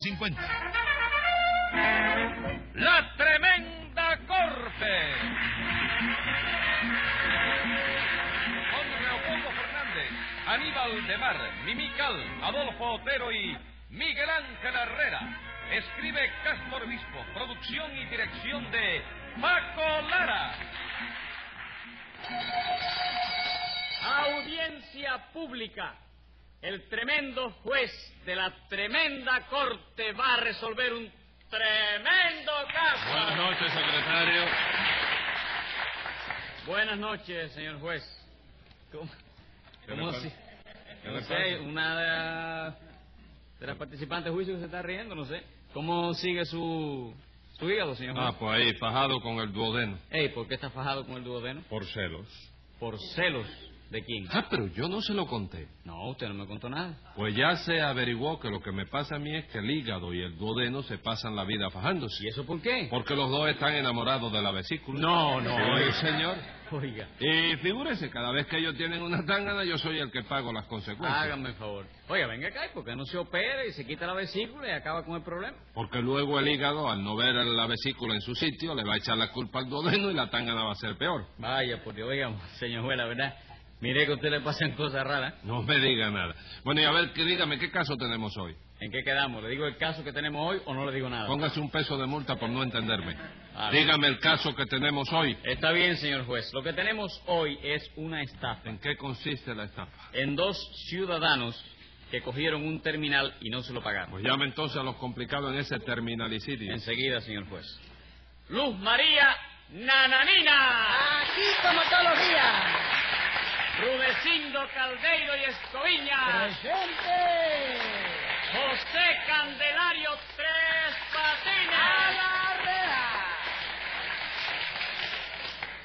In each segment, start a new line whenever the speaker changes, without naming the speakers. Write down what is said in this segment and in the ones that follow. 50. La tremenda corte. Con Leopoldo Fernández, Aníbal de Mar, Mimical, Adolfo Otero y Miguel Ángel Herrera. Escribe Castro Obispo, producción y dirección de Paco Lara.
Audiencia pública. El tremendo juez de la tremenda corte va a resolver un tremendo caso.
Buenas noches, secretario.
Buenas noches, señor juez. ¿Cómo,
¿Qué
cómo
le pasa?
si-
¿Qué
No
le
sé,
pasa?
una de, la- de las participantes de juicio que se está riendo, no sé. ¿Cómo sigue su, su hígado, señor
Ah,
juez?
pues ahí, fajado con el duodeno.
Ey, ¿por qué está fajado con el duodeno?
Por celos.
Por celos. ¿De quién?
Ah, pero yo no se lo conté.
No, usted no me contó nada.
Pues ya se averiguó que lo que me pasa a mí es que el hígado y el duodeno se pasan la vida fajándose.
¿Y eso por qué?
Porque los dos están enamorados de la vesícula.
No, no.
Sí, señor.
Oiga.
Y figúrese, cada vez que ellos tienen una tangana, yo soy el que pago las consecuencias.
Hágame el favor. Oiga, venga acá, ¿y por qué no se opera y se quita la vesícula y acaba con el problema?
Porque luego el hígado, al no ver la vesícula en su sitio, le va a echar la culpa al duodeno y la tangana va a ser peor.
Vaya, porque oiga, señor juez, la verdad, mire que a usted le pasan cosas raras.
No me diga nada. Bueno, y a ver, que dígame, ¿qué caso tenemos hoy?
¿En qué quedamos? ¿Le digo el caso que tenemos hoy o no le digo nada?
Póngase un peso de multa por no entenderme.
A ver.
Dígame el caso que tenemos hoy.
Está bien, señor juez. Lo que tenemos hoy es una estafa
¿En qué consiste la estafa?
en dos ciudadanos que cogieron un terminal y no se lo pagaron.
Pues llame entonces a los complicados en ese terminalicidio.
Enseguida, señor juez. Luz María Nananina,
Aquí como todos los días.
Rudecindo Caldeiro y Escoviña,
Presente.
José Candelario Tres
A
Patines.
la reja.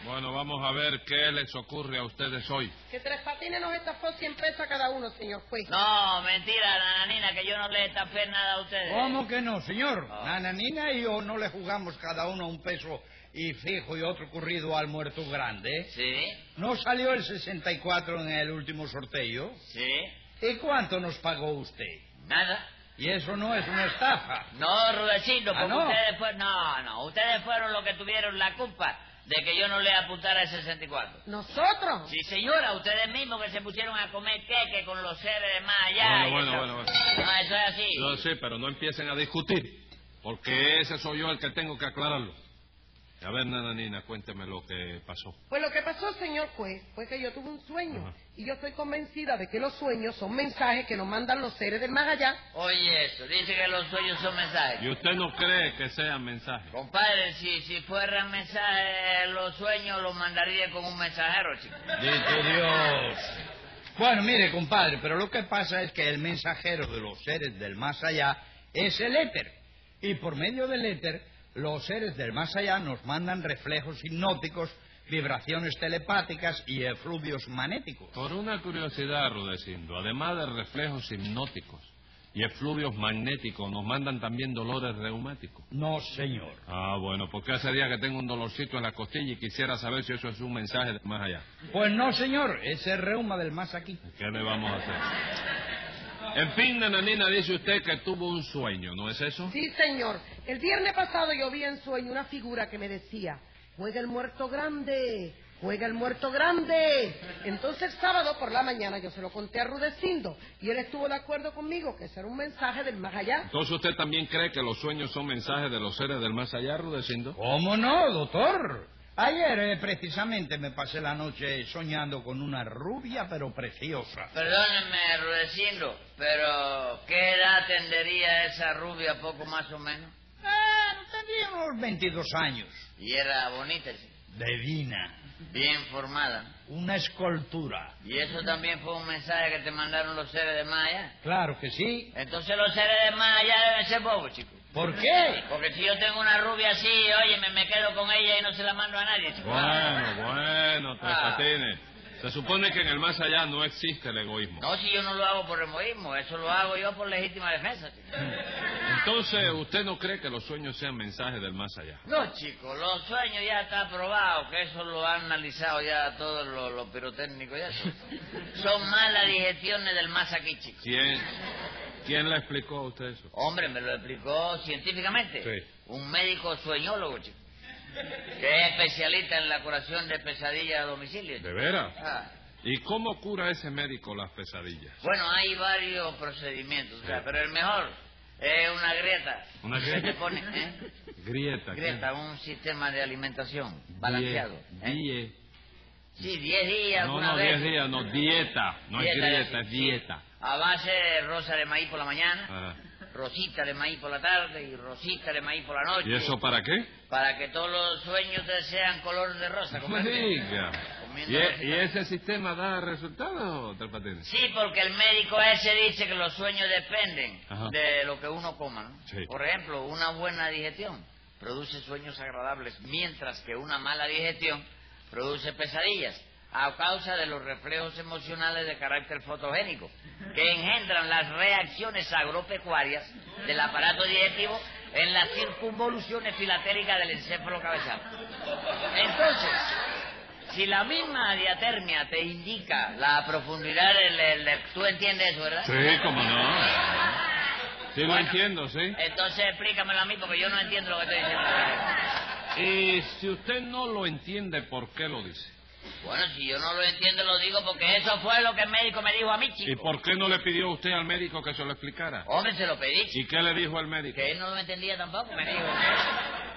Bueno, vamos a ver qué les ocurre a ustedes hoy.
Que Tres Patines nos estafó 100 pesos a cada uno, señor juez.
No, mentira, nananina, que yo no le estafé nada a ustedes.
¿Cómo que no, señor?
Ah.
Nananina y yo no le jugamos cada uno un peso y fijo y otro corrido al muerto grande.
Sí,
¿No salió el 64 en el último sorteo?
sí,
¿Y cuánto nos pagó usted?
nada.
Y eso no es una estafa.
No, Rudecindo,
Ah,
porque
¿no?
ustedes fueron... No, no, ustedes fueron los que tuvieron la culpa de que yo no le apuntara el 64.
¿Nosotros?
Sí, señora, ustedes mismos que se pusieron a comer queque con los seres de más
Bueno,
allá. y
bueno,
eso.
bueno, bueno.
No, eso es así.
No, sí, pero no empiecen a discutir, porque ese soy yo el que tengo que aclararlo. A ver, nananina, cuénteme lo que pasó.
Pues lo que pasó, señor juez, fue que yo tuve un sueño.
Ajá.
Y yo estoy convencida de que los sueños son mensajes que nos mandan los seres del más allá.
Oye, eso, dice que los sueños son mensajes.
¿Y usted no cree que sean mensajes?
Compadre, si, si fueran mensajes, los sueños los mandaría con un mensajero, chico.
Dito Dios. Bueno, mire, compadre, pero lo que pasa es que el mensajero de los seres del más allá es el éter. Y por medio del éter, los seres del más allá nos mandan reflejos hipnóticos, vibraciones telepáticas y efluvios magnéticos.
Por una curiosidad, Rudecindo, además de reflejos hipnóticos y efluvios magnéticos, nos mandan también dolores reumáticos.
No, señor.
Ah, bueno, porque hace día que tengo un dolorcito en la costilla y quisiera saber si eso es un mensaje de más allá.
Pues no, señor. Ese reuma del más aquí.
¿Qué le vamos a hacer? En fin, nananina, dice usted que tuvo un sueño, ¿no es eso?
Sí, señor. El viernes pasado yo vi en sueño una figura que me decía, juega el muerto grande, juega el muerto grande. Entonces el sábado por la mañana yo se lo conté a Rudecindo y él estuvo de acuerdo conmigo que ese era un mensaje del más allá.
Entonces usted también cree que los sueños son mensajes de los seres del más allá, Rudecindo.
¿Cómo no, doctor? Ayer eh, precisamente me pasé la noche soñando con una rubia pero preciosa.
Perdónenme, Rudecindo, pero ¿qué edad tendría esa rubia, poco más o menos?
Ah, tenía unos 22 años.
Y era bonita, sí,
Divina.
bien formada.
Una escultura.
Y eso también fue un mensaje que te mandaron los seres de Maya.
Claro que sí.
Entonces los seres de Maya deben ser bobos, chicos.
¿Por qué?
Porque si yo tengo una rubia así, oye, me, me quedo con ella y no se la mando a nadie, chico.
Bueno, bueno, Tres
Ah.
Patines. Se supone que en el más allá no existe el egoísmo.
No, si yo no lo hago por removismo, eso lo hago yo por legítima defensa, chico.
Entonces, ¿usted no cree que los sueños sean mensajes del más allá?
No, chicos, los sueños ya está probado, que eso lo han analizado ya todos los, los pirotécnicos ya. Son malas digestiones del más aquí, chicos.
¿Quién, ¿Quién le explicó a usted eso?
Hombre, me lo explicó científicamente.
Sí.
Un médico sueñólogo, chico. Que es especialista en la curación de pesadillas a domicilio. chico.
¿De veras?
Ah.
¿Y cómo cura ese médico las pesadillas?
Bueno, hay varios procedimientos, o sea,
Sí.
pero el mejor es una grieta.
¿Una
Se
grieta?
le pone, ¿eh?
Grieta. ¿qué?
Grieta, un sistema de alimentación balanceado.
Die-
¿eh?
die-
Sí, 10 días.
No,
una
no,
vez.
10 días, no, dieta. No es grieta, es
sí, sí.
dieta. Ah.
A base de rosa de maíz por la mañana,
Ajá.
rosita de maíz por la tarde y rosita de maíz por la noche.
¿Y eso para qué?
Para que todos los sueños te sean color de rosa.
No me
¿comprende?
diga. ¿Y,
Comiendo
e-
rosita.
y ese sistema da resultados, Tres Patines?
Sí, porque el médico ese dice que los sueños dependen
Ajá.
de lo que uno coma. ¿no?
Sí.
Por ejemplo, una buena digestión produce sueños agradables, mientras que una mala digestión produce pesadillas a causa de los reflejos emocionales de carácter fotogénico que engendran las reacciones agropecuarias del aparato digestivo en las circunvoluciones filatéricas del encéfalo cabezal. Entonces, si la misma diatermia te indica la profundidad del... del- del- ¿Tú entiendes eso, verdad?
Sí, cómo no. Eh. Sí, lo
Bueno.
entiendo, sí.
Entonces explícamelo a mí porque yo no entiendo lo que estoy diciendo.
Y si usted no lo entiende, ¿por qué lo dice?
Bueno, si yo no lo entiendo lo digo porque eso fue lo que el médico me dijo a mí,
¿Y
chico.
por qué no le pidió usted al médico que se lo explicara?
Hombre, se lo pedí, chico.
¿Y qué le dijo al médico?
Que él no lo entendía tampoco, me dijo.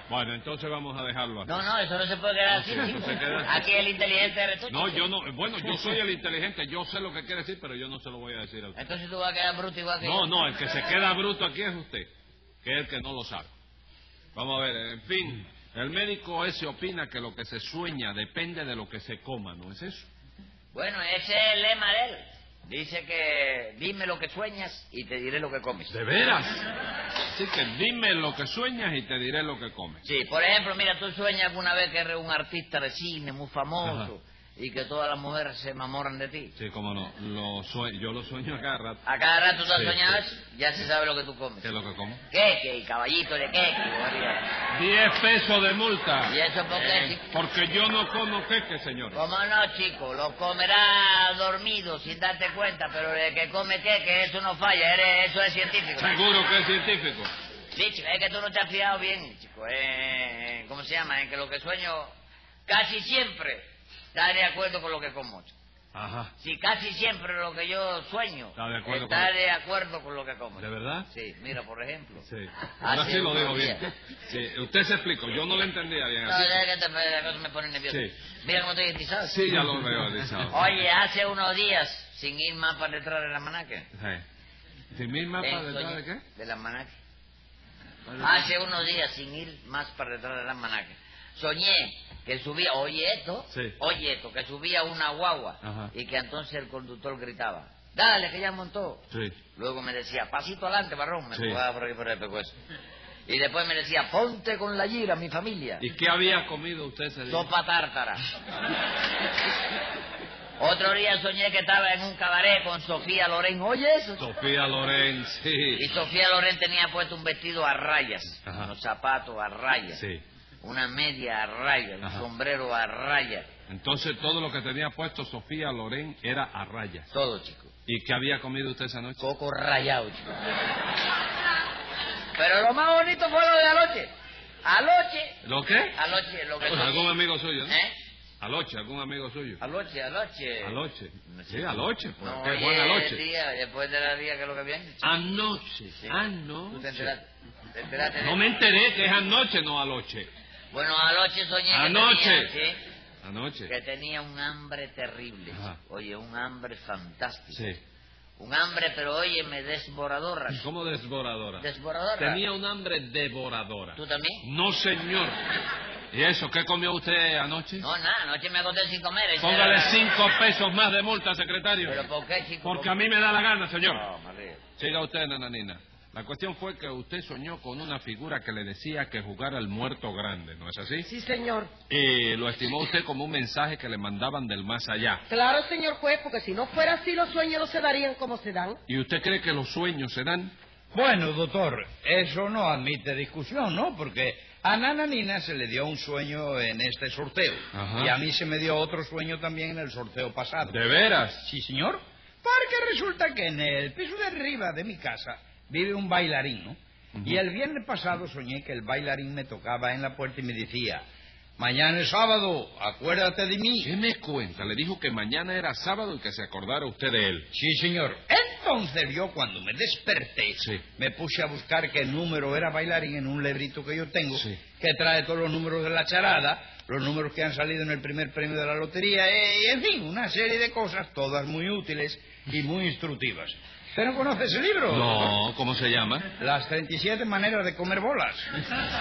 Bueno, entonces vamos a dejarlo así.
No, no, eso no se puede quedar así,
No, sí,
chico.
eso se queda así.
Aquí el inteligente eres tú,
No,
chico.
yo no. Bueno, yo soy el inteligente. Yo sé lo que quiere decir, pero yo no se lo voy a decir a usted.
Entonces tú vas a quedar bruto igual que yo.
No, no, el que se queda bruto aquí es usted, que es el que no lo sabe. Vamos a ver, en fin, el médico ese opina que lo que se sueña depende de lo que se coma, ¿no es eso?
Bueno, ese es el lema de él. Dice que dime lo que sueñas y te diré lo que comes.
¿De veras? Así que dime lo que sueñas y te diré lo que comes.
Sí, por ejemplo, mira, tú sueñas alguna vez que eres un artista de cine muy famoso
Ajá.
y que todas las mujeres se enamoran de ti.
Sí, cómo no, lo sue- yo lo sueño a cada rato.
A cada rato tú has
Sí,
soñado
sí.
eso, ya se sabe lo que tú comes.
¿Qué es lo que como?
Queque y caballito de queque. María.
¡Diez pesos de multa!
¿Y eso por
Eh.
qué, chico?
Porque yo no como queque, señor.
¿Cómo no, chico? Lo comerás dormido sin darte cuenta, pero el que come queque, eso no falla, eres- eso es científico.
Seguro que es científico.
Sí, chico, es que tú no te has fijado bien, chico. eh, ¿Cómo se llama? En que lo que sueño casi siempre está de acuerdo con lo que como. chico.
Ajá.
Si casi siempre lo que yo sueño
Está de acuerdo
está
con-
de acuerdo con lo que como.
¿De
chico.
verdad?
Sí, mira, por ejemplo.
Sí. Ahora
hace
sí lo
unos
digo bien.
días-
Sí, usted se explicó, yo no lo entendía bien.
No,
Así.
ya que te- la cosa me pone nervioso.
Sí.
Mira cómo estoy erizado.
Sí, ya lo veo, Eliseo.
Oye, hace unos días, sin ir más para detrás del almanaque.
Sí. ¿Sin mil mapas
en
detrás de
soñé-
qué?
Del almanaque. Hace unos días, sin ir más para detrás del almanaque. Soñé que subía, oye esto,
Sí.
oye esto, que subía una guagua
Ajá.
y que entonces el conductor gritaba, dale, que ya montó.
Sí.
Luego me decía, pasito adelante, barrón, me
Sí.
jugaba por ahí por el pescuezo. Y después me decía, ponte con la gira, mi familia.
¿Y qué había comido usted ese día?
Sopa tártara. Otro día soñé que estaba en un cabaret con Sofía Loren. Oye eso.
Sofía Lorenzi.
Y Sofía Loren tenía puesto un vestido a rayas,
Ajá.
unos zapatos a rayas,
Sí.
una media a rayas,
Ajá.
un sombrero a rayas.
Entonces todo lo que tenía puesto Sofía Loren era a rayas.
Todo, chico.
¿Y qué había comido usted esa noche?
Coco rayado, chico. Pero lo más bonito fue lo de anoche. Anoche,
¿Lo qué?
anoche, lo que...
Pues, algún amigo suyo, ¿no?
¿Eh?
Aloche, algún amigo suyo.
Anoche, anoche.
Aloche.
No sé.
Sí, Aloche. Pues,
No,
¿qué,
hoy
Juan
es
Aloche?
día, después de la día que es lo que viene. chico.
Anoche.
Sí. ¿Tú te
Anoche.
enteraste? ¿Te enteraste de
No
eso?
me enteré que es anoche, no Aloche.
Bueno, anoche soñé
Anoche.
que tenía, ¿sí?
Anoche.
que tenía un hambre terrible.
Ajá.
chico. Oye, un hambre fantástico.
Sí.
Un hambre, pero óyeme, desboradora.
¿Cómo desboradora?
Desboradora.
Tenía un hambre devoradora.
¿Tú también?
No, señor. ¿Y eso? ¿Qué comió usted anoche?
No, nada, anoche me acosté sin comer. esa
Póngale
era la-
cinco pesos más de multa, secretario.
¿Pero por qué, chico?
Porque a mí me da la gana, señor.
No, María.
Siga usted, nananina. La cuestión fue que usted soñó con una figura que le decía que jugara al muerto grande, ¿no es así?
Sí, señor.
Y lo estimó usted como un mensaje que le mandaban del más allá.
Claro, señor juez, porque si no fuera así, los sueños no se darían como se dan.
¿Y usted cree que los sueños se dan?
Bueno, doctor, eso no admite discusión, ¿no? Porque a Nananina se le dio un sueño en este sorteo.
Ajá.
Y a mí se me dio otro sueño también en el sorteo pasado.
¿De veras?
Sí, señor. Porque resulta que en el piso de arriba de mi casa vive un bailarín, ¿no?
Ujú.
Y el viernes pasado soñé que el bailarín me tocaba en la puerta y me decía, mañana es sábado, acuérdate de mí.
¿Qué me cuenta? Le dijo que mañana era sábado y que se acordara usted de él.
Sí, señor. Entonces yo cuando me desperté,
Sí.
me puse a buscar qué número era bailarín en un librito que yo tengo,
Sí.
que trae todos los números de la charada, los números que han salido en el primer premio de la lotería, eh, y en fin, una serie de cosas, todas muy útiles y muy instructivas. ¿Usted no conoce ese libro?
No, ¿cómo se llama?
Las 37 maneras de comer bolas.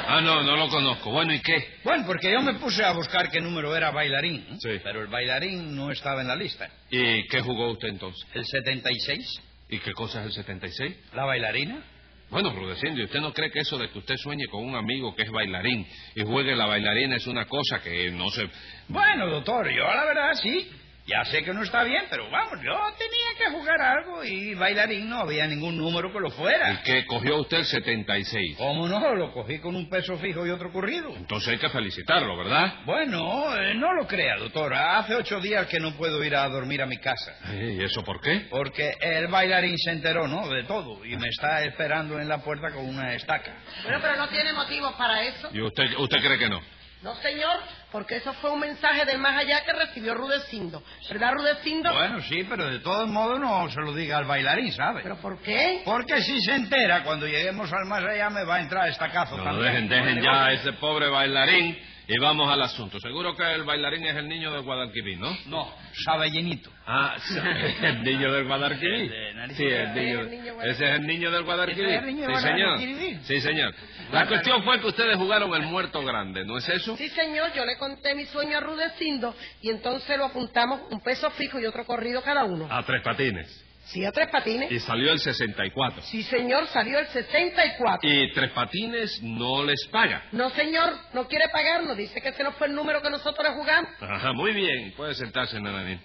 Ah, no, no lo conozco. Bueno, ¿y qué?
Bueno, porque yo me puse a buscar qué número era bailarín, ¿no?
Sí.
pero el bailarín no estaba en la lista.
¿Y qué jugó usted entonces?
¿El 76?
¿Y qué cosa es el 76?
¿La bailarina?
Bueno, Rudecindo, ¿y usted no cree que eso de que usted sueñe con un amigo que es bailarín y juegue la bailarina es una cosa que no se...
Bueno, doctor, yo la verdad sí. Ya sé que no está bien, pero vamos, yo tenía que jugar algo y bailarín no había ningún número que lo
¿Y
fuera.
que cogió usted el 76?
¿Cómo no? Lo cogí con un peso fijo y otro corrido.
Entonces hay que felicitarlo, ¿verdad?
Bueno, eh, no lo crea, doctor. Hace ocho días que no puedo ir a dormir a mi casa.
¿Y eso por qué?
Porque el bailarín se enteró, ¿no? De todo. Y me está esperando en la puerta con una estaca.
Bueno, pero no tiene motivos para eso.
¿Y usted, usted cree que no?
No, señor, porque eso fue un mensaje del más allá que recibió Rudecindo. ¿Verdad, Rudecindo?
Bueno, sí, pero de todos modos no se lo diga al bailarín, ¿sabe?
¿Pero por qué?
Porque si se entera, cuando lleguemos al más allá me va a entrar estacazo
No, dejen,
también.
dejen ya a ese pobre bailarín y vamos al asunto. Seguro que el bailarín es el niño de Guadalquivir, ¿no?
No, Sabellinito.
Ah, sí, el niño del Guadalquivir.
De nariz.
Sí, el niño.
El niño Guadalquivir.
Ese es el niño del Guadalquivir.
Ese es el niño
sí,
del
señor.
Guadalquivir.
Sí, señor. La cuestión fue que ustedes jugaron el muerto grande, ¿no es eso?
Sí, señor, yo le conté mi sueño a Rudecindo y entonces lo apuntamos un peso fijo y otro corrido cada uno.
A tres patines.
Sí, a tres patines.
Y salió el 64.
Sí, señor, salió el 64.
Y tres patines no les paga.
No, señor, no quiere pagarnos. Dice que ese no fue el número que nosotros le jugamos.
Ajá, muy bien. Puede sentarse, Nananín.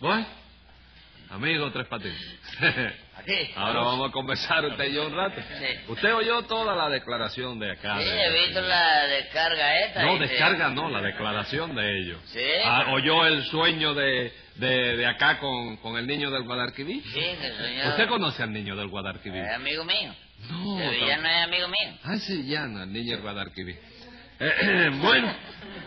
¿Voy? Amigo Tres Patines.
Aquí.
Ahora vamos a conversar usted y yo un rato.
Sí.
Usted oyó toda la declaración de acá.
Sí,
de-
he visto la descarga esta.
No,
y te-
descarga no, la declaración de ellos.
Sí.
Ah, oyó el sueño de, de, de acá con, con el niño del Guadalquivir.
Sí, que soñó.
¿Usted conoce al niño del Guadalquivir?
Es amigo mío.
No,
Sevilla no es amigo mío.
Ah, sí, ya, no, el niño del Guadalquivir. Eh, bueno,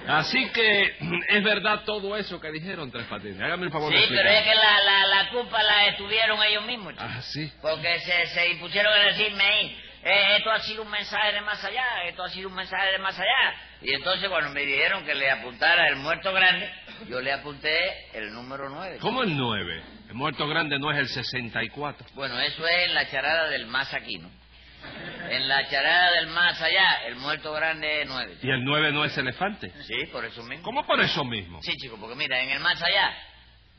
así que es verdad todo eso que dijeron Tres Patines. Hágame el favor de
Sí, pero
explicarme.
es que la, la, la culpa la estuvieron ellos mismos, chico.
Ah, sí.
Porque se, se impusieron a decirme ahí, eh, esto ha sido un mensaje de más allá, esto ha sido un mensaje de más allá. Y entonces cuando me dijeron que le apuntara el muerto grande, yo le apunté el número 9.
¿Cómo el 9? El muerto grande no es el 64.
Bueno, eso es en la charada del más aquí, ¿no? En la charada del más allá, el muerto grande es 9.
Y el 9 no es elefante.
Sí, por eso mismo.
¿Cómo por eso mismo?
Sí, chico, porque mira, en el más allá,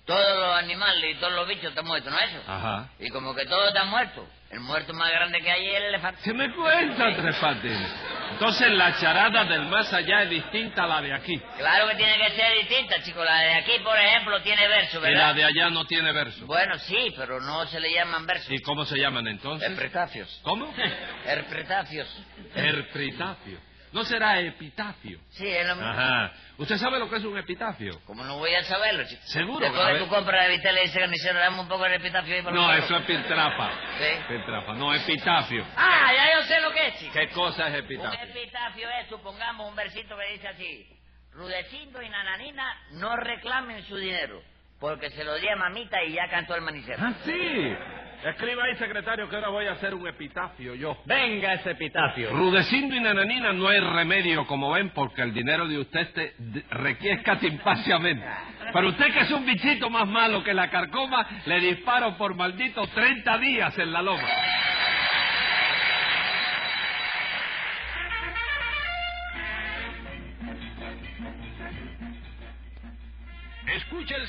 todos los animales y todos los bichos están muertos, ¿no es eso?
Ajá.
Y como que todos están muertos, el muerto más grande que hay es el elefante.
¿Qué me cuenta, Tres Patines? Entonces la charada del más allá es distinta a la de aquí.
Claro que tiene que ser distinta, chico. La de aquí, por ejemplo, tiene verso,
Y la
¿verdad?
de allá no tiene verso.
Bueno, sí, pero no se le llaman versos.
¿Y cómo se llaman entonces?
Herpretafios.
¿Cómo?
Herpretafios.
Erpitafio. ¿No será epitafio?
Sí, es lo mismo.
Ajá. ¿Usted sabe lo que es un epitafio?
¿Cómo no voy a saberlo, chico?
Seguro,
Después
a
de
ver.
tu compra de vista le dice al mesero, dame un poco de herpetafio ahí para
No,
los
eso
perros".
es piltrafa.
Sí.
Piltrafa, no, epitafio.
Ah, ya yo sé lo que es, chico.
¿Qué cosa es
Un
epitafio?
epitafio es, supongamos, un versito que dice así. Rudecindo y Nananina no reclamen su dinero, porque se lo di a mamita y ya cantó el manicero.
Ah, sí. Escriba ahí, secretario, que ahora voy a hacer un epitafio yo.
Venga ese epitafio.
Rudecindo y Nananina no hay remedio, como ven, porque el dinero de usted te de- requiesca timpaciamente. Pero usted que es un bichito más malo que la carcoma, le disparo por maldito 30 días en la loma.
Escucha el